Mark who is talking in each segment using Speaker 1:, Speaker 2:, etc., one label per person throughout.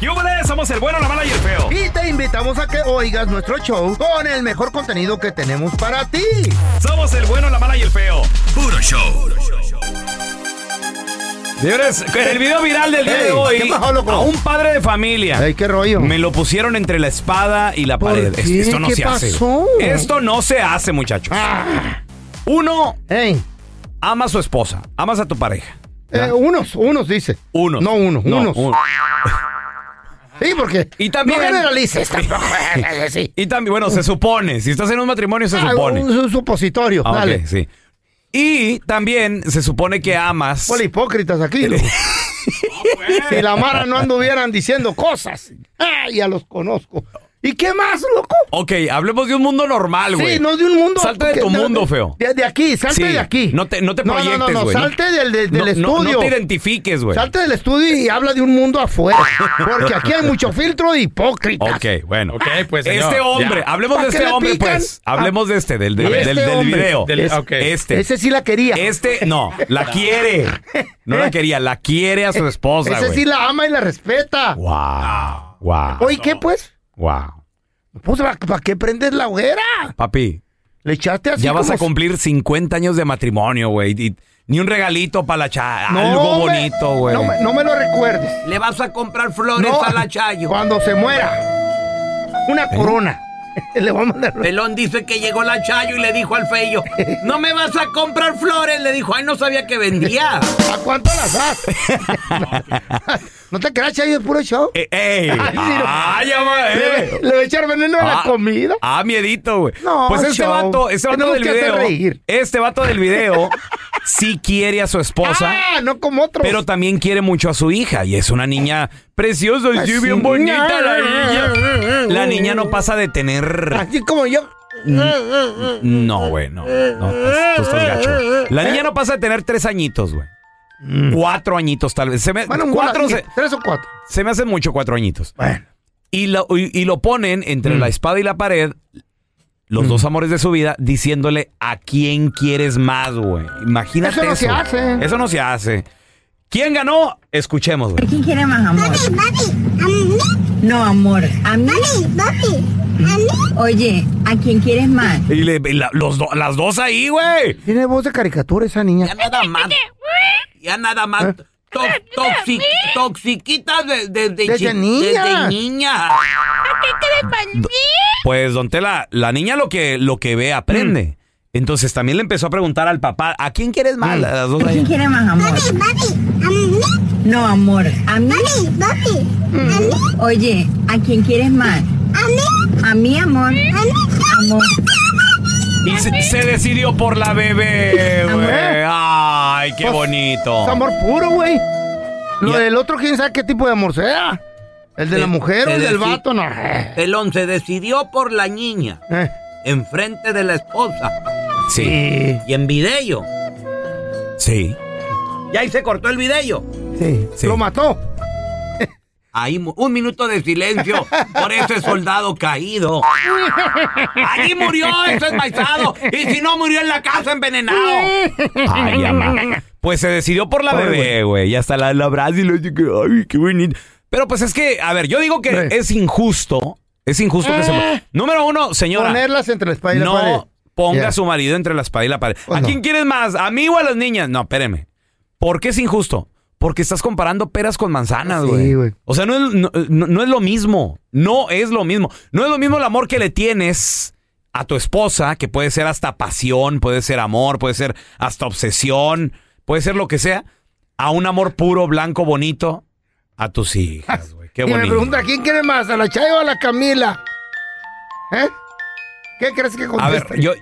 Speaker 1: ¡Yúbales! Somos el bueno, la mala y el feo.
Speaker 2: Y te invitamos a que oigas nuestro show con el mejor contenido que tenemos para ti.
Speaker 1: Somos el bueno, la mala y el feo. Puro show. Señores, el video viral del día
Speaker 2: Ey,
Speaker 1: de hoy.
Speaker 2: ¿qué pasó, loco?
Speaker 1: A un padre de familia.
Speaker 2: Ay, qué rollo.
Speaker 1: Me lo pusieron entre la espada y la
Speaker 2: ¿Por
Speaker 1: pared. Es-
Speaker 2: qué?
Speaker 1: Esto no
Speaker 2: ¿Qué
Speaker 1: se
Speaker 2: pasó?
Speaker 1: hace. Esto no se hace, muchachos.
Speaker 2: Ah,
Speaker 1: Uno,
Speaker 2: ey,
Speaker 1: ama a su esposa, amas a tu pareja.
Speaker 2: eh, unos, unos dice.
Speaker 1: Uno.
Speaker 2: No uno,
Speaker 1: No,
Speaker 2: unos.
Speaker 1: un-
Speaker 2: Sí, porque
Speaker 1: Y también-
Speaker 2: no generalices tampoco. Eh, sí.
Speaker 1: Y también, bueno, se supone. Si estás en un matrimonio, se
Speaker 2: Ah,
Speaker 1: supone.
Speaker 2: un, un supositorio,
Speaker 1: Ah, ok,
Speaker 2: dale.
Speaker 1: sí. Y también se supone que amas.
Speaker 2: Hola, hipócritas aquí. loco. si la Mara no anduvieran diciendo cosas. Ah, ya los conozco. ¿Y qué más, loco?
Speaker 1: Ok, hablemos de un mundo normal, güey.
Speaker 2: Sí, no de un mundo.
Speaker 1: Salte de tu mundo, feo.
Speaker 2: De, de aquí, salte
Speaker 1: Sí,
Speaker 2: de aquí.
Speaker 1: No te, no te
Speaker 2: No,
Speaker 1: proyectes,
Speaker 2: no,
Speaker 1: güey.
Speaker 2: no, salte del, del-
Speaker 1: No-
Speaker 2: del
Speaker 1: no-
Speaker 2: estudio.
Speaker 1: No, te identifiques, güey.
Speaker 2: Salte del estudio y habla de un mundo afuera. Porque aquí hay mucho filtro de hipócritas.
Speaker 1: Ok, bueno.
Speaker 3: Ok, pues, señor,
Speaker 1: este hombre,
Speaker 3: ya.
Speaker 1: hablemos de
Speaker 2: ¿Para qué
Speaker 1: este
Speaker 2: le
Speaker 1: hombre,
Speaker 2: pican? Ah.
Speaker 1: pues. Hablemos de este, del, del,
Speaker 2: Este
Speaker 1: del- del
Speaker 2: hombre.
Speaker 1: video.
Speaker 3: Del-
Speaker 1: Es-
Speaker 3: ok.
Speaker 1: Este.
Speaker 2: Ese sí la quería.
Speaker 1: Este, no, la quiere. No la quería, la quiere a su esposa,
Speaker 2: Eh, Ese
Speaker 1: güey.
Speaker 2: sí la ama y la respeta.
Speaker 1: Wow, wow,
Speaker 2: Oye, ¿qué pues?
Speaker 1: wow.
Speaker 2: Pues, ¿para qué prendes la hoguera?
Speaker 1: Papi,
Speaker 2: Le echaste así
Speaker 1: ya vas
Speaker 2: como
Speaker 1: a cumplir 50 años de matrimonio, güey. y Ni un regalito para la chaya.
Speaker 2: No,
Speaker 1: algo
Speaker 2: me-
Speaker 1: bonito, güey.
Speaker 2: No, me- no me lo recuerdes.
Speaker 1: Le vas a comprar flores
Speaker 2: No,
Speaker 1: chayo.
Speaker 2: cuando se muera,
Speaker 1: ¿Eh?
Speaker 2: una corona. Le voy a mandar.
Speaker 1: Pelón dice que llegó la Chayo y le dijo al feyo, no me vas a comprar flores. Le dijo, ay, no sabía que vendía.
Speaker 2: ¿A cuánto las das? no te creas, Chayo, es puro show.
Speaker 1: Eh, ¡Ey! ¡Ay,
Speaker 2: Ay, mira.
Speaker 1: ya va,
Speaker 2: Le,
Speaker 1: eh.
Speaker 2: le voy a echar veneno a la comida.
Speaker 1: Ah, miedito, güey.
Speaker 2: No,
Speaker 1: pues este
Speaker 2: show.
Speaker 1: vato, este vato
Speaker 2: Tenemos
Speaker 1: del
Speaker 2: que hacer
Speaker 1: video,
Speaker 2: reír.
Speaker 1: este vato del video sí quiere a su esposa,
Speaker 2: ah, no como otros.
Speaker 1: pero también quiere mucho a su hija y es una niña preciosa, y
Speaker 2: Así.
Speaker 1: bien bonita la niña. La niña no pasa de tener
Speaker 2: Así como yo.
Speaker 1: No, güey, no. no tú estás gacho. La niña no pasa de tener tres añitos, güey. Cuatro añitos, tal vez. Se me,
Speaker 2: Mm. Bueno,
Speaker 1: cuatro
Speaker 2: una-
Speaker 1: se,
Speaker 2: tres o cuatro.
Speaker 1: se me hacen mucho cuatro añitos.
Speaker 2: Bueno.
Speaker 1: Y lo, y, y lo ponen
Speaker 2: Mm.
Speaker 1: entre la espada y la pared, los dos amores de su vida, diciéndole a quién quieres más, güey. Imagínate
Speaker 2: Eso
Speaker 1: eso.
Speaker 2: no se hace.
Speaker 1: Eso no se hace. ¿Quién ganó? Escuchemos, güey.
Speaker 4: ¿Quién quiere más amor?
Speaker 5: Papi, papi, a mí,
Speaker 4: No, amor. ¿A mí?
Speaker 5: papi, papi, a mí.
Speaker 4: Oye, ¿a quién quieres más?
Speaker 1: Y le- y la- los do- las dos ahí, güey.
Speaker 2: Tiene voz de caricatura esa niña.
Speaker 1: nada más. Ya nada más.
Speaker 2: ¿Eh?
Speaker 1: toxiquitas desde
Speaker 2: Desde chi- niña. desde
Speaker 1: Pues, don Tela, la niña lo que, lo que ve aprende.
Speaker 2: Mm.
Speaker 1: Entonces también le empezó a preguntar al papá, ¿a quién quieres más? A las dos
Speaker 4: ¿Quién
Speaker 1: ahí.
Speaker 4: quiere más amor?
Speaker 5: Papi, papi, a mí.
Speaker 4: No, amor. ¿A mí?
Speaker 5: Papi, papi, a mí,
Speaker 4: Oye, ¿a quién quieres más?
Speaker 5: a mí,
Speaker 4: ¿A mí, amor?
Speaker 5: a mí.
Speaker 4: Amor.
Speaker 1: Y se, se decidió por la bebé, güey. Ay, qué
Speaker 2: Pues,
Speaker 1: bonito.
Speaker 2: Es amor puro, güey. Lo
Speaker 1: Ya.
Speaker 2: del otro, quién sabe qué tipo de amor sea. El de la
Speaker 1: Te-
Speaker 2: mujer o
Speaker 1: te
Speaker 2: el del
Speaker 1: decí-
Speaker 2: vato, no.
Speaker 1: Pelón se decidió por la niña,
Speaker 2: Eh,
Speaker 1: enfrente de la esposa. Sí,
Speaker 2: sí,
Speaker 6: Y en video.
Speaker 1: sí.
Speaker 6: Y ahí se cortó el video.
Speaker 2: sí,
Speaker 1: Sí.
Speaker 2: Lo mató.
Speaker 6: Ahí mu- un minuto de silencio por ese soldado caído. Allí murió ese enmaizado. Y si no murió en la casa envenenado.
Speaker 1: Ay, ama. Pues se decidió por la
Speaker 2: Ay,
Speaker 1: bebé, güey. Y hasta la, la abraza y le dice que, ay, qué bonito. Pero pues es que, a ver, yo digo que
Speaker 2: Eh.
Speaker 1: es injusto. Es injusto que se.
Speaker 2: Eh.
Speaker 1: Número uno, señora.
Speaker 2: Ponerlas entre la espalda y la
Speaker 1: no
Speaker 2: pared.
Speaker 1: ponga
Speaker 2: Yeah.
Speaker 1: a su marido entre la espada y la pared.
Speaker 2: Pues
Speaker 1: ¿A
Speaker 2: no.
Speaker 1: quién quieres más? ¿A mí o a las niñas? No, espéreme. ¿Por qué es injusto? Porque estás comparando peras con manzanas,
Speaker 2: Sí,
Speaker 1: güey.
Speaker 2: güey.
Speaker 1: o sea, no es, no- no- no es lo mismo. No es lo mismo. No es lo mismo el amor que le tienes a tu esposa, que puede ser hasta pasión, puede ser amor, puede ser hasta obsesión, puede ser lo que sea, a un amor puro, blanco, bonito, a tus hijas, güey. Qué
Speaker 2: y me
Speaker 1: bonito.
Speaker 2: pregunta, ¿quién quiere más? ¿A la Chayo o a la Camila? ¿Eh? ¿Qué crees que
Speaker 1: A
Speaker 2: conteste?
Speaker 1: ver, yo,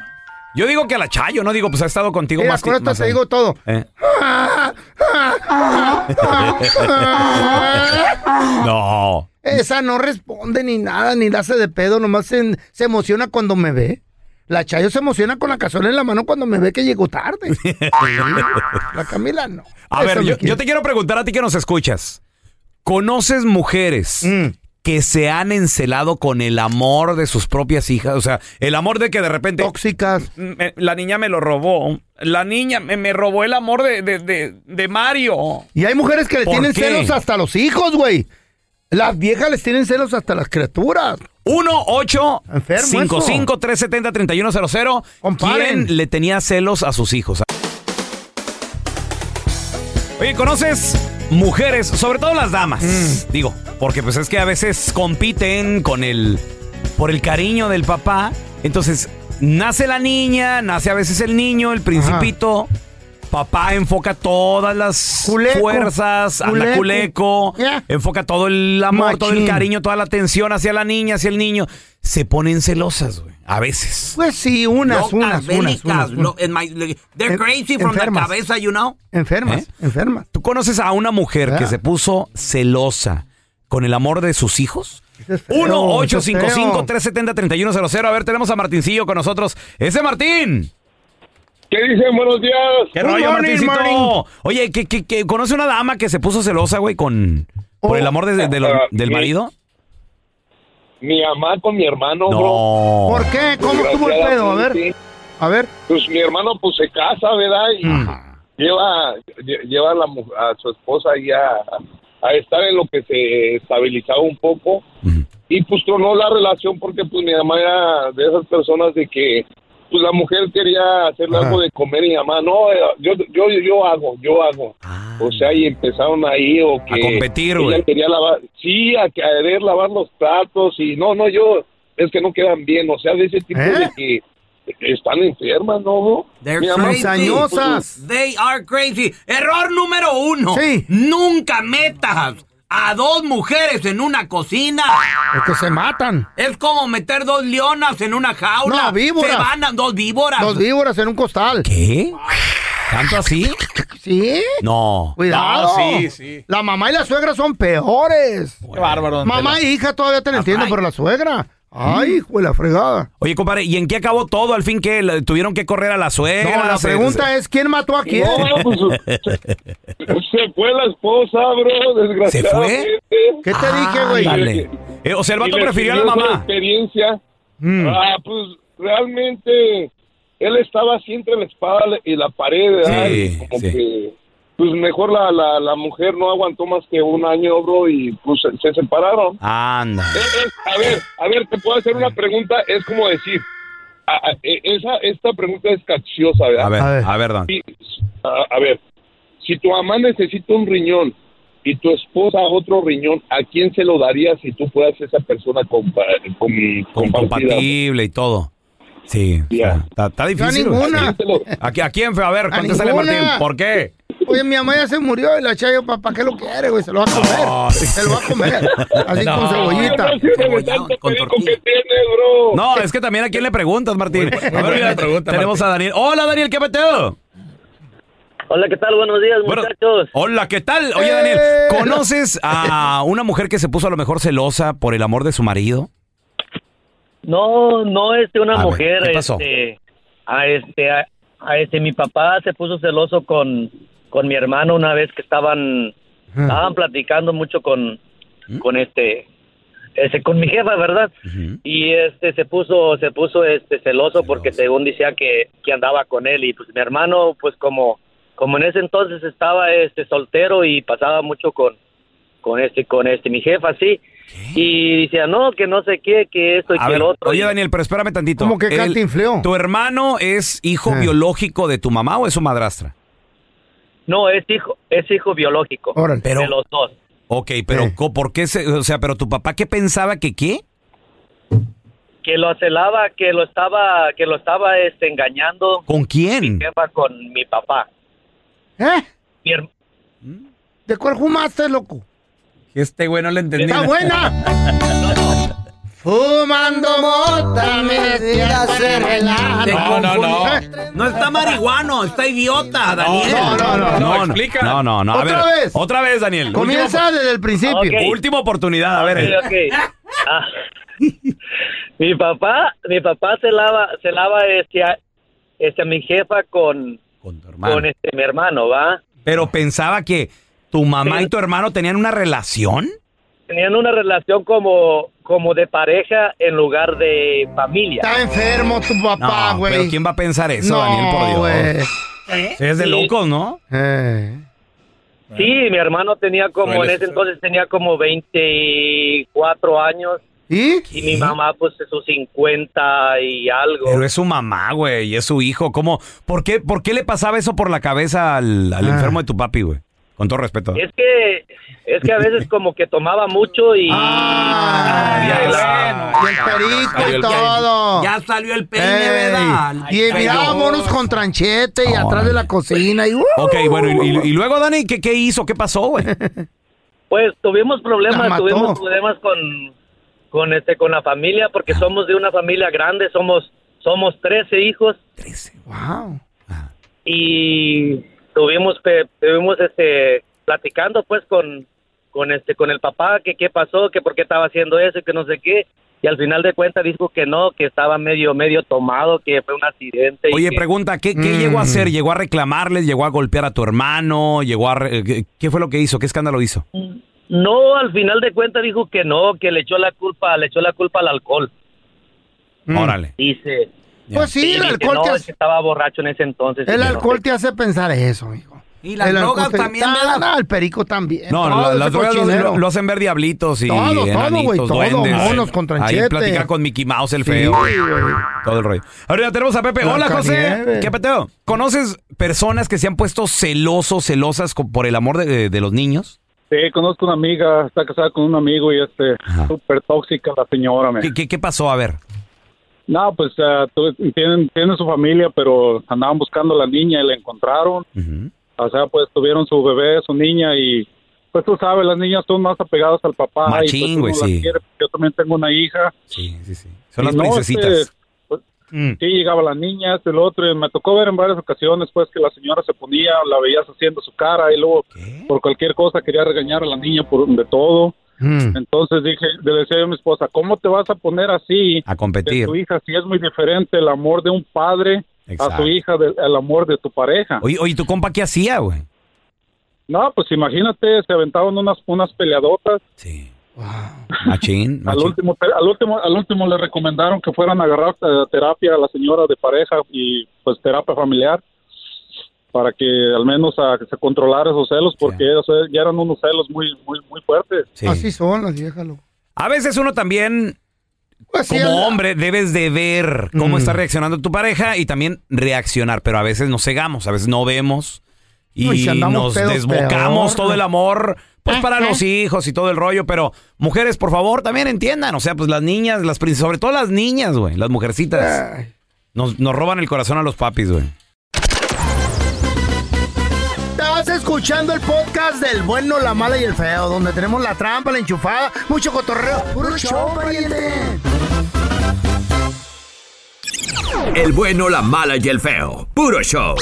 Speaker 1: yo digo que a la Chayo, no digo, pues ha estado contigo
Speaker 2: Mira,
Speaker 1: más
Speaker 2: con
Speaker 1: ti-
Speaker 2: esto
Speaker 1: más
Speaker 2: te
Speaker 1: años.
Speaker 2: digo todo.
Speaker 1: Eh.
Speaker 2: Ah,
Speaker 1: No.
Speaker 2: Esa no responde ni nada, ni la hace de pedo, nomás se, se emociona cuando me ve. La Chayo se emociona con la cazuela en la mano cuando me ve que llegó tarde. la Camila no.
Speaker 1: A
Speaker 2: Eso
Speaker 1: ver,
Speaker 2: me
Speaker 1: yo,
Speaker 2: quiere.
Speaker 1: yo te quiero preguntar a ti que nos escuchas. ¿Conoces mujeres
Speaker 2: Mm.
Speaker 1: que se han encelado con el amor de sus propias hijas? O sea, el amor de que de repente...
Speaker 2: Tóxicas.
Speaker 1: "Me- la niña me lo robó. La niña me, me robó el amor de, de- de- de Mario.
Speaker 2: Y hay mujeres que le
Speaker 1: ¿Por
Speaker 2: tienen
Speaker 1: qué?
Speaker 2: celos hasta a los hijos, güey. Las viejas les tienen celos hasta las criaturas.
Speaker 1: 1 8
Speaker 2: Enfermo
Speaker 1: 55 370 3100
Speaker 2: Comparen.
Speaker 1: ¿Quién le tenía celos a sus hijos? Oye, ¿conoces mujeres? Sobre todo las damas.
Speaker 2: Mm.
Speaker 1: Digo, porque pues es que a veces compiten con el... por el cariño del papá. Entonces, nace la niña, nace a veces el niño, el principito. Papá enfoca todas las
Speaker 2: Culeco.
Speaker 1: fuerzas, anda
Speaker 2: Culeco.
Speaker 1: culeco,
Speaker 2: Ya.
Speaker 1: enfoca todo el amor, todo el
Speaker 2: Machín.
Speaker 1: cariño, toda la atención hacia la niña, hacia el niño. Se ponen celosas, güey, a veces.
Speaker 2: Pues sí, unas,
Speaker 6: Locas,
Speaker 2: unas, unas,
Speaker 6: bélicas,
Speaker 2: unas,
Speaker 6: lo-
Speaker 2: unas.
Speaker 6: en my- le- they're
Speaker 2: En-
Speaker 6: crazy from the
Speaker 2: enfermas.
Speaker 6: cabeza, you know.
Speaker 2: Enfermas,
Speaker 1: ¿Eh?
Speaker 2: enfermas.
Speaker 1: ¿Tú conoces a una mujer que
Speaker 2: Ah.
Speaker 1: se puso celosa con el amor de sus hijos?
Speaker 2: Eso es feo, eso es feo.
Speaker 1: 1-855-370-3100. A ver, tenemos a Martincillo con nosotros. ¡Ese Martín!
Speaker 3: ¿Qué dicen? Buenos días.
Speaker 1: ¡Qué
Speaker 2: Good
Speaker 1: rollo,
Speaker 2: morning,
Speaker 1: Martincito!
Speaker 2: morning.
Speaker 1: Oye, ¿que, que, que conoce una dama que se puso celosa, güey, con... ¿Por
Speaker 2: Oh.
Speaker 1: el amor de- de lo-
Speaker 3: Ah,
Speaker 1: del
Speaker 3: sí.
Speaker 1: marido?
Speaker 3: Mi mamá con mi hermano, Oh, bro.
Speaker 1: No.
Speaker 2: ¿Por qué?
Speaker 1: Oh.
Speaker 2: ¿Cómo estuvo el pedo? A ver,
Speaker 3: Desgraciadamente,
Speaker 2: a ver.
Speaker 3: Pues mi hermano pues se casa, ¿verdad? Y lleva, lle- lleva a, la mu- a su esposa ahí a, a estar en lo que se estabilizaba un poco.
Speaker 1: Ujú.
Speaker 3: Y pues tronó la relación porque pues mi mamá era de esas personas de que pues la mujer quería hacerle
Speaker 2: Ajá.
Speaker 3: algo de comer y mi mamá, no, eh, yo, yo, yo hago, yo hago.
Speaker 1: Ah.
Speaker 3: O sea, y empezaron ahí o que...
Speaker 1: competir,
Speaker 3: ella
Speaker 1: güey.
Speaker 3: quería lavar, sí, a querer lavar los platos y no, no, yo, es que no quedan bien, o sea, de ese tipo
Speaker 2: ¿Eh?
Speaker 3: de que están enfermas, ¿no? bro?
Speaker 6: They're
Speaker 3: Mi mamá,
Speaker 6: crazy.
Speaker 1: pues,
Speaker 2: Sañosas.
Speaker 6: They are crazy. Error número uno.
Speaker 2: Sí.
Speaker 6: Nunca metas a dos mujeres en una cocina.
Speaker 2: Es que se matan.
Speaker 6: Es como meter dos leonas en una jaula.
Speaker 2: No, víboras.
Speaker 6: Se van a dos víboras.
Speaker 2: Dos víboras en un costal.
Speaker 1: ¿Qué? ¿Tanto así?
Speaker 2: Sí.
Speaker 1: No.
Speaker 2: Cuidado.
Speaker 7: No, sí, sí.
Speaker 2: La mamá y la suegra son peores.
Speaker 7: Qué bárbaro. don
Speaker 2: Mamá
Speaker 7: Tela.
Speaker 2: e hija todavía te la entiendo,
Speaker 6: Ay.
Speaker 2: pero la suegra. Ay, hijo de la fregada.
Speaker 1: Oye, compadre, ¿y en qué acabó todo? ¿Al fin que la- tuvieron que correr a la
Speaker 2: No,
Speaker 1: suegra?
Speaker 2: la
Speaker 1: Se-
Speaker 2: pregunta es: ¿quién mató a quién?
Speaker 3: No, pues, se, se fue la esposa, bro, desgraciadamente.
Speaker 2: ¿Qué te dije,
Speaker 1: Ah,
Speaker 2: güey?
Speaker 1: ándale. Eh, o sea, el
Speaker 3: Y
Speaker 1: vato
Speaker 3: le
Speaker 1: prefirió a la
Speaker 3: sirvió esa
Speaker 1: mamá.
Speaker 3: experiencia.
Speaker 2: Mm.
Speaker 3: Ah, pues realmente él estaba así entre la espada y la pared, ¿verdad?
Speaker 1: Sí,
Speaker 3: Y como
Speaker 1: sí.
Speaker 3: que, pues mejor la, la, la mujer no aguantó más que un año, bro, y pues se, se separaron.
Speaker 1: Anda.
Speaker 3: Es- es- a ver, a ver, te puedo hacer una pregunta, es como decir, a- a- e- esa, esta pregunta es capciosa, ¿verdad?
Speaker 1: A ver,
Speaker 2: A ver.
Speaker 1: a ver, Don.
Speaker 3: Si- a- a ver, si tu mamá necesita un riñón y tu esposa otro riñón, ¿a quién se lo daría si tú fueras esa persona compa com-
Speaker 1: Con-
Speaker 3: compartida?
Speaker 1: Compatible y todo. Sí.
Speaker 3: Ya.
Speaker 1: está- Está, está
Speaker 2: Yo a
Speaker 1: difícil. güey.
Speaker 2: ninguna.
Speaker 3: Te lo-
Speaker 1: ¿A, qui- a quién fue? A ver,
Speaker 2: A
Speaker 1: contéstale,
Speaker 2: ninguna.
Speaker 1: Martín. ¿Por qué?
Speaker 2: Oye, mi mamá ya se murió y la chayo, papá, ¿qué lo quiere, güey? Se lo va a comer. Se lo va a comer. Así
Speaker 1: No.
Speaker 2: con cebollita.
Speaker 3: No sirve de
Speaker 6: Cebollado
Speaker 3: tanto
Speaker 6: con
Speaker 3: perico
Speaker 6: tortilla.
Speaker 3: que tiene, bro.
Speaker 1: No, es que también a quién le preguntas, Martín. A ver,
Speaker 7: buena
Speaker 1: mira,
Speaker 7: pregunta,
Speaker 1: tenemos a Daniel. Hola, Daniel, ¿qué peteo?
Speaker 8: Hola, ¿qué tal? Buenos días,
Speaker 1: Bueno,
Speaker 8: muchachos.
Speaker 1: hola, ¿qué tal? Oye,
Speaker 2: Eh.
Speaker 1: Daniel, ¿conoces a una mujer que se puso a lo mejor celosa por el amor de su marido?
Speaker 8: No, no es de
Speaker 1: A
Speaker 8: una
Speaker 1: ver,
Speaker 8: mujer.
Speaker 1: Ah, ¿qué pasó?
Speaker 8: Este, a este, a, a este, mi papá se puso celoso con, con mi hermano una vez que estaban,
Speaker 1: Ah.
Speaker 8: estaban platicando mucho con,
Speaker 1: ¿Mm?
Speaker 8: con este, ese, con mi jefa, ¿verdad?
Speaker 1: Ujú.
Speaker 8: Y este se puso, se puso este celoso, porque según decía que, que andaba con él y pues mi hermano, pues como, como en ese entonces estaba este soltero y pasaba mucho con, con este, con este mi jefa, sí. Y decía no, que no sé qué, que esto y
Speaker 1: A
Speaker 8: que
Speaker 1: ver,
Speaker 8: el otro.
Speaker 1: oye,
Speaker 8: Y-
Speaker 1: Daniel, pero espérame tantito.
Speaker 2: Como que
Speaker 1: El-
Speaker 2: cantinfleo.
Speaker 1: ¿Tu hermano es hijo
Speaker 2: Ah.
Speaker 1: biológico de tu mamá o es su madrastra?
Speaker 8: No, es hijo, es hijo biológico
Speaker 2: Órale.
Speaker 1: Pero-
Speaker 8: de los dos.
Speaker 1: Ok, pero
Speaker 2: Eh.
Speaker 1: co- ¿por qué? se- o sea, pero tu papá qué pensaba que qué?
Speaker 8: Que lo celaba, que lo estaba, que lo estaba este engañando
Speaker 1: ¿Con
Speaker 8: mi
Speaker 1: quién?
Speaker 8: jefa con mi papá.
Speaker 2: ¿Eh?
Speaker 8: Mi her-
Speaker 2: ¿De cuál fumaste, loco?
Speaker 1: Este güey no le entendí.
Speaker 2: ¡Está buena! Fumando mota, me decías en el
Speaker 1: Ah,
Speaker 7: No, no, no.
Speaker 2: ¿Eh?
Speaker 6: No está marihuano, está idiota, Daniel.
Speaker 2: No, no, no,
Speaker 7: no,
Speaker 1: No, no,
Speaker 7: explica.
Speaker 1: no, no, no, A ver,
Speaker 2: ¿Otra vez?
Speaker 1: Otra vez, Daniel.
Speaker 2: Comienza desde el principio.
Speaker 8: Ok.
Speaker 1: Última, última oportunidad, a ver.
Speaker 8: Ok, ok. Ah. mi papá, mi papá se lava, se lava este a, este a mi jefa con,
Speaker 1: Con tu hermano.
Speaker 8: con este mi hermano, ¿va?
Speaker 1: Pero pensaba que tu mamá
Speaker 8: Sí.
Speaker 1: y tu hermano tenían una relación.
Speaker 8: Tenían una relación como, como de pareja en lugar de familia.
Speaker 1: Ah.
Speaker 2: Está enfermo tu papá,
Speaker 1: no,
Speaker 2: güey.
Speaker 1: pero ¿quién va a pensar eso,
Speaker 2: no,
Speaker 1: Daniel, por Dios?
Speaker 2: güey.
Speaker 1: Sí, Es de
Speaker 8: Sí.
Speaker 1: locos, ¿no?
Speaker 2: Eh.
Speaker 8: Sí, mi hermano tenía como, en ese entonces tenía como 24 años
Speaker 2: ¿Y?
Speaker 8: y mi mamá pues sus 50 y algo.
Speaker 1: Pero es su mamá, güey, y es su hijo. ¿Cómo? ¿Por qué, por qué le pasaba eso por la cabeza al, al
Speaker 2: Ah.
Speaker 1: enfermo de tu papi, güey? Con todo respeto.
Speaker 8: Es que, es que a veces como que tomaba mucho y...
Speaker 2: Ah,
Speaker 8: y
Speaker 2: ya
Speaker 8: la-
Speaker 2: Y el perico y todo.
Speaker 9: Ya salió el peine,
Speaker 2: Ey,
Speaker 9: ¿verdad?
Speaker 2: y
Speaker 9: Ay,
Speaker 2: miraba
Speaker 9: feo.
Speaker 2: monos con tranchete y
Speaker 1: Ay.
Speaker 2: atrás de la cocina. Y, uh.
Speaker 1: Ok, bueno, y, y- y luego, Dani, ¿qué, qué hizo? ¿Qué pasó, güey?
Speaker 8: Pues tuvimos
Speaker 2: La
Speaker 8: problemas,
Speaker 2: mató.
Speaker 8: tuvimos problemas con, con, este, con la familia porque somos de una familia grande, somos, somos 13 hijos
Speaker 2: Wow.
Speaker 8: y tuvimos pe- tuvimos este platicando pues con con este con el papá que qué pasó que por qué estaba haciendo eso y que no sé qué y al final de cuentas dijo que no que estaba medio medio tomado que fue un accidente y
Speaker 1: Oye,
Speaker 8: que-
Speaker 1: pregunta, ¿qué, qué llegó a
Speaker 2: Mm.
Speaker 1: hacer? ¿Llegó a reclamarles? ¿Llegó a golpear a tu hermano? ¿Llegó a... re- ¿Qué, qué fue lo que hizo? ¿Qué escándalo hizo?
Speaker 8: no al final de cuentas dijo que no que le echó la culpa le echó la culpa al alcohol
Speaker 2: Mm.
Speaker 1: Órale.
Speaker 8: dice
Speaker 2: Pues sí, el
Speaker 8: dice que
Speaker 2: alcohol,
Speaker 8: no,
Speaker 2: te
Speaker 8: es que
Speaker 2: hace,
Speaker 8: estaba borracho en ese entonces y
Speaker 2: el
Speaker 8: que no
Speaker 2: alcohol
Speaker 8: sé
Speaker 2: te hace pensar eso, amigo.
Speaker 9: Y las
Speaker 2: El alcohol
Speaker 9: drogas
Speaker 2: te-
Speaker 9: también,
Speaker 2: Ah,
Speaker 9: ¿verdad?
Speaker 2: no, el perico también.
Speaker 1: No,
Speaker 2: todo
Speaker 1: la- las
Speaker 2: ese
Speaker 1: drogas lo-
Speaker 2: cochinero.
Speaker 1: lo, lo hacen ver diablitos y
Speaker 2: Todo, todo, güey,
Speaker 1: enanitos,
Speaker 2: todo,
Speaker 1: duendes.
Speaker 2: monos con tranchete.
Speaker 1: Ahí platicar con Mickey Mouse el
Speaker 2: Sí,
Speaker 1: feo.
Speaker 2: güey.
Speaker 1: todo el rollo. Ahora ya tenemos a Pepe. Hola, José.
Speaker 2: Blancanieves.
Speaker 1: ¿Qué peteo? ¿Conoces personas que se han puesto celosos, celosas co- por el amor de, de- de los niños?
Speaker 10: Sí, conozco una amiga, está casada con un amigo y este,
Speaker 1: Ajá.
Speaker 10: súper tóxica la señora, me.
Speaker 1: ¿Qué, qué- qué pasó? A ver.
Speaker 10: No, pues ah, tú- tienen, tienen su familia, pero andaban buscando a la niña y la encontraron.
Speaker 1: Ujú.
Speaker 10: O sea, pues tuvieron su bebé, su niña y pues tú sabes, las niñas son más apegadas al papá.
Speaker 1: Machín,
Speaker 10: y, pues, uno
Speaker 1: güey,
Speaker 10: las
Speaker 1: sí.
Speaker 10: quiere. Yo también tengo una hija.
Speaker 1: Sí, sí, sí. Son las
Speaker 10: Y no,
Speaker 1: princesitas. Mm.
Speaker 10: este, Sí, llegaba la niña, este, el otro, y me tocó ver en varias ocasiones, pues, que la señora se ponía, la veías haciendo su cara, y luego,
Speaker 1: ¿Qué?
Speaker 10: por cualquier cosa, quería regañar a la niña por de todo.
Speaker 2: Mm.
Speaker 10: Entonces dije, le decía yo a mi esposa, ¿cómo te vas a poner así
Speaker 1: A
Speaker 10: de
Speaker 1: competir.
Speaker 10: tu hija? Si es muy diferente el amor de un padre a
Speaker 1: Exacto.
Speaker 10: su hija, del el amor de tu pareja.
Speaker 1: Oye, oye, ¿tu compa qué hacía, güey?
Speaker 10: No, pues imagínate, se aventaban unas, unas peleadotas.
Speaker 1: Sí.
Speaker 2: Wow.
Speaker 1: Machín,
Speaker 10: Al
Speaker 1: machín.
Speaker 10: último, al último, al último le recomendaron que fueran a agarrar eh, terapia a la señora de pareja y pues terapia familiar para que al menos a- se controlara esos celos porque o sea, ya eran unos celos muy, muy, muy fuertes.
Speaker 1: Sí.
Speaker 2: Así son las viejas, loco.
Speaker 1: A veces uno también
Speaker 2: Pues sí,
Speaker 1: Como
Speaker 2: al-
Speaker 1: hombre debes de ver cómo
Speaker 2: Mm.
Speaker 1: está reaccionando tu pareja y también reaccionar, pero a veces nos cegamos, a veces no vemos y
Speaker 2: No, y si andamos
Speaker 1: nos
Speaker 2: pedos,
Speaker 1: desbocamos
Speaker 2: peor.
Speaker 1: todo el amor pues para los hijos y todo el rollo, pero mujeres, por favor, también entiendan, o sea, pues las niñas, las princesas, sobre todo las niñas, güey, las mujercitas
Speaker 2: Ay.
Speaker 1: nos, nos roban el corazón a los papis, güey.
Speaker 2: Estás escuchando el podcast del bueno, la mala y el feo, donde tenemos la trampa, la enchufada, mucho cotorreo. ¡Puro show, pariente!
Speaker 11: El bueno, la mala y el feo. Puro show.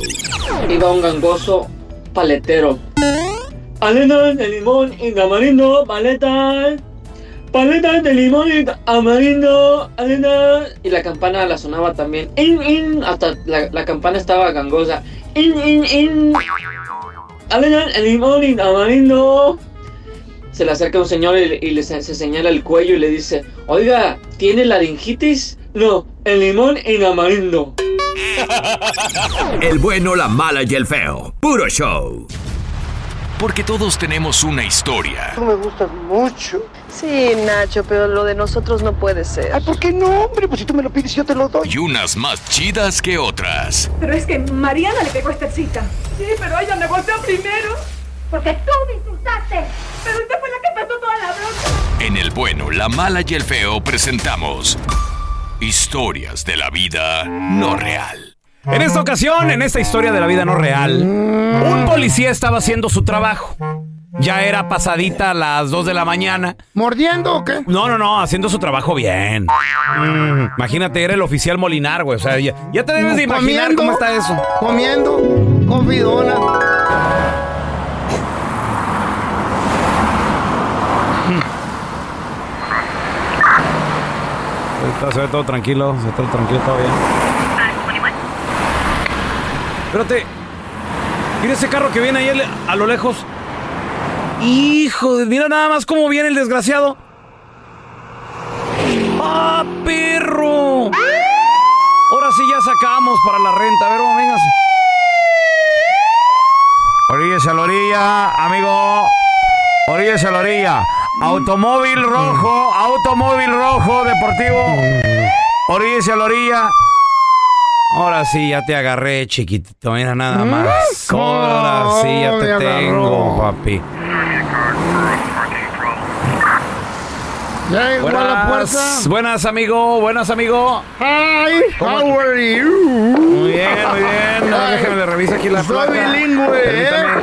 Speaker 12: Iba un gangoso paletero. Paletas de limón y tamarindo, paletas. Paletas de limón y tamarindo, paletas. Y la campana la sonaba también. In, in. Hasta la, la campana estaba gangosa. In, in, in. Paletas de limón y tamarindo. Se le acerca un señor y, y le se, se señala el cuello y le dice: Oiga, ¿tiene laringitis? No, el limón y tamarindo.
Speaker 11: El bueno, la mala y el feo. Puro show.
Speaker 13: Porque todos tenemos una historia.
Speaker 2: Tú me gustas mucho.
Speaker 12: Sí, Nacho, pero lo de nosotros no puede ser.
Speaker 2: Ay, ¿por qué no, hombre? Pues si tú me lo pides, yo te lo doy.
Speaker 13: Y unas más chidas que otras.
Speaker 12: Pero es que Mariana le pegó esta cita. Sí, pero ella me golpeó primero. Porque tú me insultaste. Pero usted fue la que pasó toda la bronca.
Speaker 13: En el bueno, la mala y el feo presentamos historias de la vida no real.
Speaker 1: En esta ocasión, en esta historia de la vida no real, un policía estaba haciendo su trabajo. Ya era pasadita las 2 de la mañana.
Speaker 2: ¿Mordiendo o qué?
Speaker 1: No, no, no, haciendo su trabajo bien. Imagínate, era el oficial Molinar, güey. O sea, ya, ya te debes de imaginar
Speaker 2: ¿Comiendo?
Speaker 1: cómo está eso.
Speaker 2: Comiendo, confidona.
Speaker 1: Ahorita se ve todo tranquilo, se ve todo tranquilo, todo bien. Espérate. Mira ese carro que viene ahí al- a lo lejos. Hijo, de- mira nada más cómo viene el desgraciado. ¡Ah, perro! Ahora sí ya sacamos para la renta. A ver, vamos, véngase.
Speaker 14: Oríllese a la orilla, amigo. Oríllese a la orilla. Automóvil rojo, automóvil rojo, deportivo. Oríllese a la orilla.
Speaker 1: Ahora sí ya te agarré, chiquitito. Mira nada
Speaker 14: ¿Mm?
Speaker 1: más.
Speaker 14: ¿Cómo
Speaker 1: Ahora sí ya
Speaker 14: me
Speaker 1: te
Speaker 14: agarró?
Speaker 1: tengo, papi.
Speaker 2: Ya llegó a la
Speaker 1: Buenas,
Speaker 2: fuerza.
Speaker 1: buenas, amigo. Buenas, amigo.
Speaker 2: Hi, how are you?
Speaker 1: Muy bien, muy bien. No,
Speaker 2: Ay,
Speaker 1: déjame le reviso aquí la
Speaker 2: Soy
Speaker 1: placa.
Speaker 2: bilingüe, ¿eh?
Speaker 1: Permítame,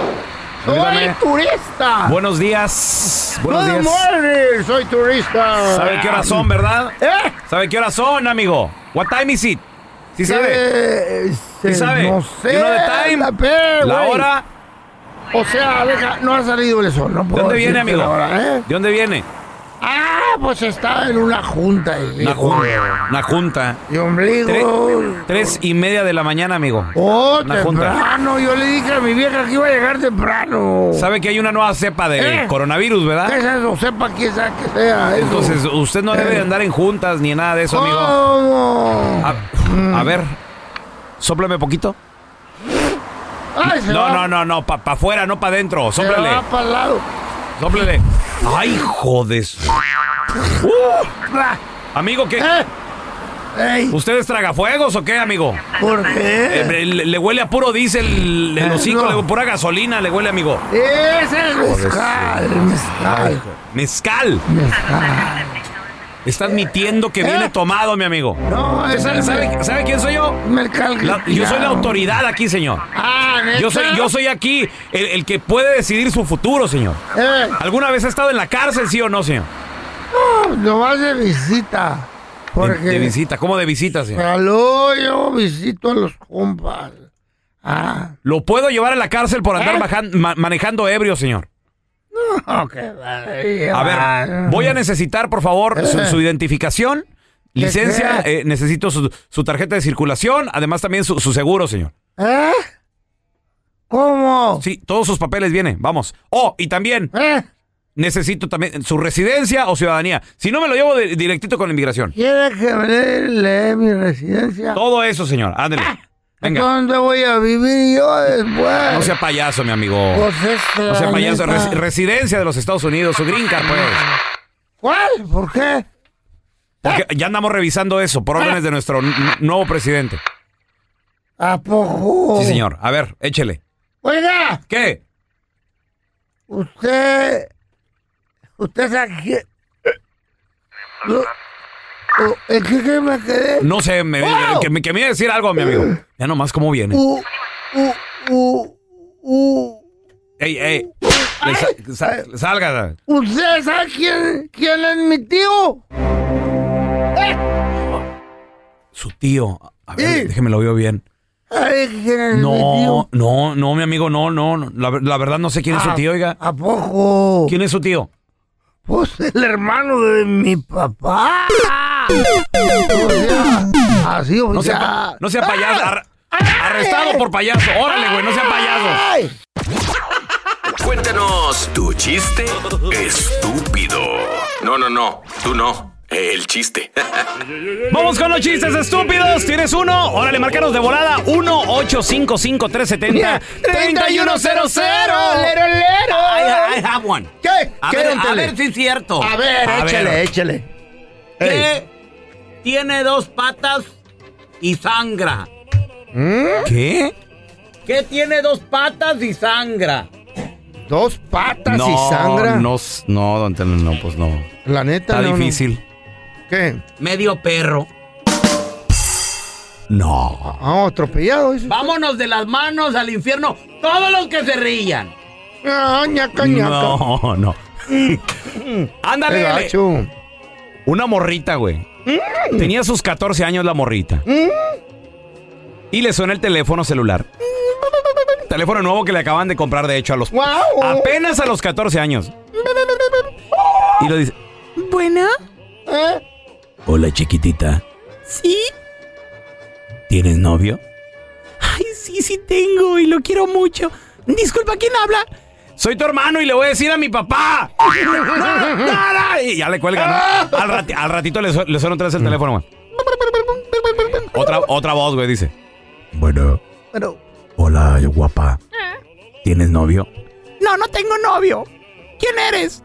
Speaker 2: Soy
Speaker 1: permítame.
Speaker 2: turista.
Speaker 1: Buenos días. Buenos
Speaker 2: Good
Speaker 1: días.
Speaker 2: morning, soy turista.
Speaker 1: ¿Sabe qué horas son, verdad?
Speaker 2: ¿Eh?
Speaker 1: ¿Sabe qué horas son, amigo? What time is it? ¿Sí sabe?
Speaker 2: Eh,
Speaker 1: ¿Sí sabe?
Speaker 2: No
Speaker 1: You
Speaker 2: sé.
Speaker 1: know the time?
Speaker 2: La, pe-
Speaker 1: La
Speaker 2: güey.
Speaker 1: hora.
Speaker 2: O sea, deja, no ha salido el sol. No
Speaker 1: ¿De
Speaker 2: puedo
Speaker 1: dónde viene,
Speaker 2: decirte
Speaker 1: amigo?
Speaker 2: la hora, ¿eh?
Speaker 1: ¿De dónde viene?
Speaker 2: Ah, pues está en una junta. ahí.
Speaker 1: Una junta. Una junta.
Speaker 2: Y ombligo.
Speaker 1: Tre- tres y media de la mañana, amigo.
Speaker 2: Oh,
Speaker 1: Una junta.
Speaker 2: temprano. Yo le dije a mi vieja que iba a llegar temprano.
Speaker 1: Sabe que hay una nueva cepa de
Speaker 2: ¿Eh?
Speaker 1: coronavirus,
Speaker 2: ¿Qué
Speaker 1: ¿verdad?
Speaker 2: es eso? Sepa quién sabe que sea. eso.
Speaker 1: Entonces, usted no debe de andar en juntas ni nada de eso, amigo.
Speaker 2: Oh.
Speaker 1: Ah,
Speaker 2: ¿Cómo?
Speaker 1: A, a ver, sóplame poquito.
Speaker 2: Ay, se
Speaker 1: No,
Speaker 2: va.
Speaker 1: no, no, no, para afuera, no para adentro.
Speaker 2: Se
Speaker 1: Sóplele,
Speaker 2: va para el lado.
Speaker 1: sóplele. Ay, jodes. Uh, ah. Amigo, ¿qué?
Speaker 2: ¿Eh?
Speaker 1: ¿Ustedes tragafuegos o qué, amigo?
Speaker 2: ¿Por qué?
Speaker 1: Eh, le, le huele a puro diésel el
Speaker 2: Eh,
Speaker 1: hocico,
Speaker 2: no.
Speaker 1: le- pura gasolina le huele, amigo.
Speaker 2: Ese es mezcal, mezcal.
Speaker 1: Mezcal. Está admitiendo que viene tomado, mi amigo.
Speaker 2: No, es
Speaker 1: ¿Sabe,
Speaker 2: el
Speaker 1: sabe-
Speaker 2: mezcal.
Speaker 1: sabe quién soy yo?
Speaker 2: Mezcal.
Speaker 1: La- yo soy la autoridad aquí, señor.
Speaker 2: Ah, ¿neta?
Speaker 1: Yo soy, yo soy aquí el, el que puede decidir su futuro, señor.
Speaker 2: Eh,
Speaker 1: ¿Alguna vez ha estado en la cárcel, sí o no, señor?
Speaker 2: no, lo vas de visita.
Speaker 1: De,
Speaker 2: Porque
Speaker 1: de visita, ¿cómo de visita, señor?
Speaker 2: Aló, yo visito a los compas. Ah,
Speaker 1: ¿Lo puedo llevar a la cárcel por andar bajan- ma- manejando ebrio, señor?
Speaker 2: no, qué vale.
Speaker 1: A
Speaker 2: Ah.
Speaker 1: ver, voy a necesitar, por favor, su, su identificación, licencia, eh, necesito su, su tarjeta de circulación, además también su, su seguro, señor.
Speaker 2: ¿Eh? ¿Cómo? ¿Eh?
Speaker 1: Sí, todos sus papeles vienen, vamos. Oh, y también necesito también su residencia o ciudadanía. Si no, me lo llevo de- directito con la inmigración.
Speaker 2: ¿Quiere que me dé- lee mi residencia?
Speaker 1: Todo eso, señor, ándele. Venga,
Speaker 2: ¿Dónde voy a vivir yo después?
Speaker 1: no sea payaso, mi amigo.
Speaker 2: Pues este,
Speaker 1: No sea
Speaker 2: la
Speaker 1: payaso,
Speaker 2: neta.
Speaker 1: res- residencia de los Estados Unidos, su green card, pues.
Speaker 2: ¿Cuál? ¿Por qué?
Speaker 1: Porque ya andamos revisando eso por órdenes de nuestro n- nuevo presidente.
Speaker 2: ¿A poco?
Speaker 1: Sí, señor. A ver, échele.
Speaker 2: Oiga,
Speaker 1: ¿Qué?
Speaker 2: usted. Usted es aquí. Lo- lo- ¿En qué, qué me quedé?
Speaker 1: No sé, me,
Speaker 2: ¡Wow!
Speaker 1: que, me, que me iba a decir algo, mi amigo. Ya nomás cómo viene.
Speaker 2: U, u, u, u-
Speaker 1: Ey, ey. Le sa- sa- salga.
Speaker 2: ¿Usted sabe quién, quién es mi tío?
Speaker 1: Su tío. A ver, déjeme lo veo bien.
Speaker 2: ¿Sabe quién es mi tío?
Speaker 1: No, no, no, mi amigo, no, no. no. La, ver- la verdad no sé quién es su
Speaker 2: Ah,
Speaker 1: tío, oiga.
Speaker 2: ¿A poco?
Speaker 1: ¿Quién es su tío?
Speaker 2: Pues el hermano de mi papá. O sea, así o
Speaker 1: No sea,
Speaker 2: Ah.
Speaker 1: pa- no sea payaso. Ar- arrestado por payaso. Órale, güey, no sea payaso.
Speaker 15: Cuéntanos tu chiste estúpido. No, no, no, tú no. El chiste.
Speaker 1: Vamos con los chistes estúpidos. ¿Tienes uno? Órale, marcaros de volada. 1-855-370-3100.
Speaker 2: Lero, lero.
Speaker 6: I, I have one.
Speaker 2: ¿Qué?
Speaker 6: A
Speaker 2: ¿Qué,
Speaker 6: ver, a
Speaker 2: Entele?
Speaker 6: ver si es cierto.
Speaker 2: A ver,
Speaker 6: A
Speaker 2: échale,
Speaker 6: ver.
Speaker 2: échale.
Speaker 6: ¿Qué tiene dos patas y sangra?
Speaker 2: ¿Mm?
Speaker 1: ¿Qué?
Speaker 6: ¿Qué tiene dos patas y sangra?
Speaker 2: Dos patas y sangra.
Speaker 1: No, no, don Telo, no, pues no.
Speaker 2: La neta,
Speaker 1: Está
Speaker 2: no, no.
Speaker 1: difícil.
Speaker 2: ¿Qué?
Speaker 6: Medio perro.
Speaker 1: No.
Speaker 2: Ah, atropellado. dice.
Speaker 6: Vámonos de las manos al infierno todos los que se rían.
Speaker 2: Ah, ñaca, ñaca.
Speaker 1: No, no.
Speaker 2: Mm. Qué
Speaker 1: Ándale.
Speaker 2: gacho.
Speaker 1: eh. Una morrita, güey. Tenía sus 14 años la morrita. Y le suena el teléfono celular. Teléfono nuevo que le acaban de comprar, de hecho, a los.
Speaker 2: Guau.
Speaker 1: Apenas a los 14 años. Y lo dice.
Speaker 16: Bueno,
Speaker 2: ¿Eh?
Speaker 1: Hola, chiquitita.
Speaker 16: sí,
Speaker 1: ¿Tienes novio?
Speaker 16: ay, sí, sí tengo y lo quiero mucho. Disculpa, ¿quién habla?
Speaker 1: Soy tu hermano y le voy a decir a mi papá. ¡No, no, no! Y ya le cuelgan. ¿no? Al, rati- al ratito le, su- le suena otra vez el teléfono, güey. Otra, otra voz, güey, dice. Bueno,
Speaker 2: Pero,
Speaker 1: hola, guapa. ¿Tienes novio?
Speaker 16: No, no tengo novio. ¿Quién eres?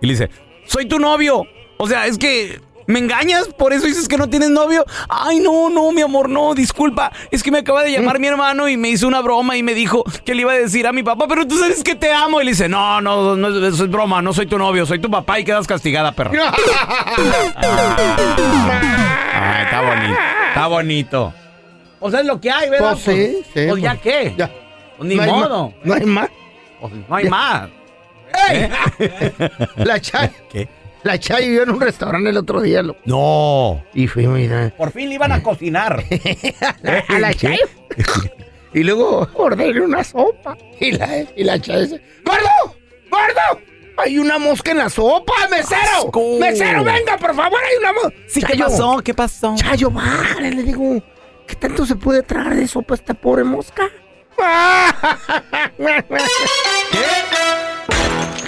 Speaker 1: Y le dice, soy tu novio. O sea, es que me engañas, por eso dices que no tienes novio. Ay, no, no, mi amor, no, disculpa. Es que me acaba de llamar mi hermano y me hizo una broma y me dijo que le iba a decir a mi papá, pero tú sabes que te amo. Y le dice, no, no, no, eso es broma, no soy tu novio, soy tu papá y quedas castigada, perra. Ay, está bonito, está bonito. O sea, es lo que hay, ¿verdad?
Speaker 2: Pues sí, sí,
Speaker 1: Pues, ya
Speaker 2: pues,
Speaker 1: qué. Pues, ni
Speaker 2: No hay ma-
Speaker 1: modo.
Speaker 2: no hay más.
Speaker 1: Pues, no hay
Speaker 2: Ya.
Speaker 1: más.
Speaker 2: ¡Ey! La Chayo.
Speaker 1: ¿Qué?
Speaker 2: La Chayo vio en un restaurante el otro día, loco.
Speaker 1: No.
Speaker 2: Y fui, mira.
Speaker 1: Por fin le iban a cocinar.
Speaker 2: A la Chayo. y luego ordené una sopa. Y la, y la Chayo dice: ¡Gordo! ¡Gordo! Hay una mosca en la sopa, mesero.
Speaker 16: ¡Asco!
Speaker 2: Mesero, venga, por favor, hay una mosca.
Speaker 16: Sí, ¿qué pasó? ¿Qué pasó?
Speaker 2: Chayo, bájale, le digo. ¿Qué tanto se puede tragar de sopa esta pobre mosca?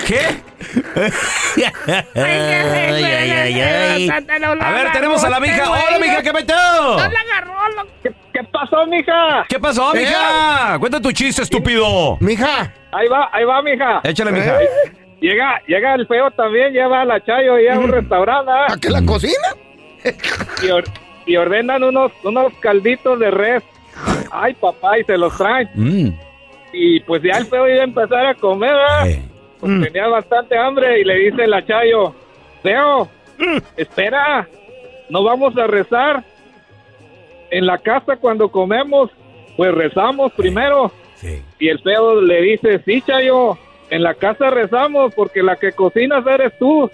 Speaker 1: ¿Qué? ay, ay, ay, ay. A ver, tenemos a la mija. Hola, mija, ¿qué metió?
Speaker 10: ¿Qué pasó, mija?
Speaker 1: ¿Qué pasó, mija? Cuenta tu chiste, estúpido.
Speaker 2: Mija.
Speaker 10: Ahí va, ahí va, mija.
Speaker 1: Échale, mija.
Speaker 10: ¿Eh? Llega, llega el feo también, lleva a la Chayo ahí a un restaurante. ¿A
Speaker 2: qué la cocina?
Speaker 10: Y, or- y ordenan unos, unos calditos de res. Ay, papá, y se los traen.
Speaker 1: Mm,
Speaker 10: Y pues ya el feo iba a empezar a comer, ¿verdad?
Speaker 1: eh,
Speaker 10: Pues tenía bastante hambre y le dice la Chayo, Feo, espera, no vamos a rezar. En la casa cuando comemos, pues rezamos primero. Y el feo le dice, sí, Chayo, en la casa rezamos porque la que cocinas eres tú.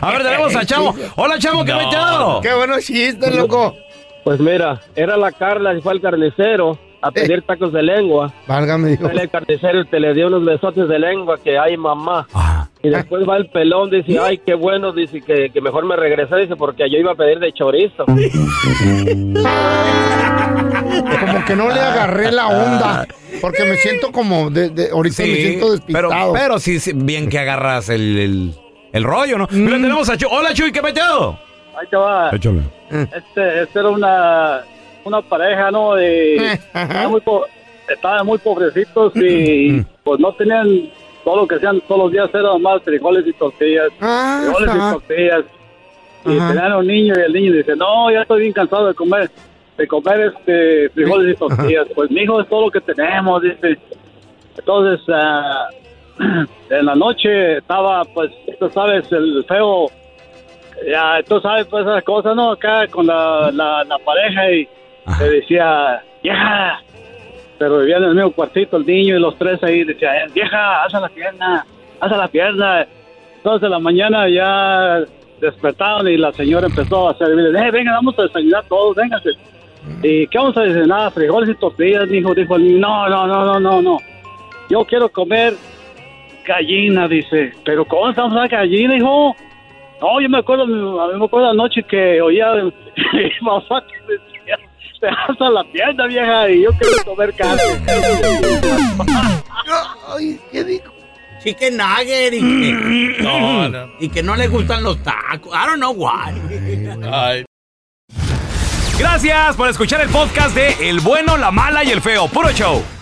Speaker 1: A ver, tenemos a Chavo. Hola, Chavo, ¿qué metió?
Speaker 2: Qué bueno chiste, loco.
Speaker 17: Pues mira, era la Carla y fue al carnicero a pedir tacos de lengua.
Speaker 2: Válgame Dios.
Speaker 17: Sale El carnicero y te le dio unos besotes de lengua que hay mamá.
Speaker 1: Ah,
Speaker 17: Y después va el pelón, dice, ay, qué bueno, dice que, que mejor me regresé, dice, porque yo iba a pedir de chorizo.
Speaker 2: Como que no le agarré la onda. Porque me siento como. De, de- ahorita me siento
Speaker 1: pero,
Speaker 2: despistado.
Speaker 1: pero sí, sí, bien que agarras el, el, el rollo, ¿no? Pero tenemos a Chuy. Hola, Chuy, ¿qué metió?
Speaker 10: Ahí te va.
Speaker 1: Échale.
Speaker 10: Este, este era una, una pareja, ¿no? De, estaban, muy po- estaban muy pobrecitos y pues no tenían todo lo que sean todos los días, eran más frijoles y tortillas.
Speaker 2: Ah,
Speaker 10: frijoles
Speaker 2: ajá.
Speaker 10: y tortillas. Y
Speaker 2: Ajá.
Speaker 10: tenían un niño y el niño dice, no, ya estoy bien cansado de comer, de comer este frijoles y tortillas. Pues mi hijo es todo lo que tenemos, dice. Entonces, ah, en la noche estaba, pues, tú sabes, el feo ya, tú sabes, pues esas cosas, ¿no? Acá con la, la, la pareja y le decía, vieja, pero vivía en el mismo cuartito el niño y los tres ahí, decía, "Eh, vieja, haz la pierna, haz la pierna. Entonces de la mañana ya despertaron y la señora empezó a servir, eh, venga, vamos a desayunar todos, vénganse. ¿Y qué vamos a desayunar? Frijoles y tortillas, dijo, dijo, el niño, no, no, no, no, no, no. Yo quiero comer gallina, dice. ¿Pero cómo estamos a gallina, hijo? No, yo me acuerdo, a mí me acuerdo anoche que oía a mi mamá que decía, te vas a la tienda, vieja, y yo quiero comer carne.
Speaker 2: Ay, ¿qué dijo?
Speaker 6: Chicken nugget y que, no, no. y que no le gustan los tacos. I don't know why.
Speaker 1: Gracias por escuchar el podcast de El Bueno, la Mala y el Feo. Puro show.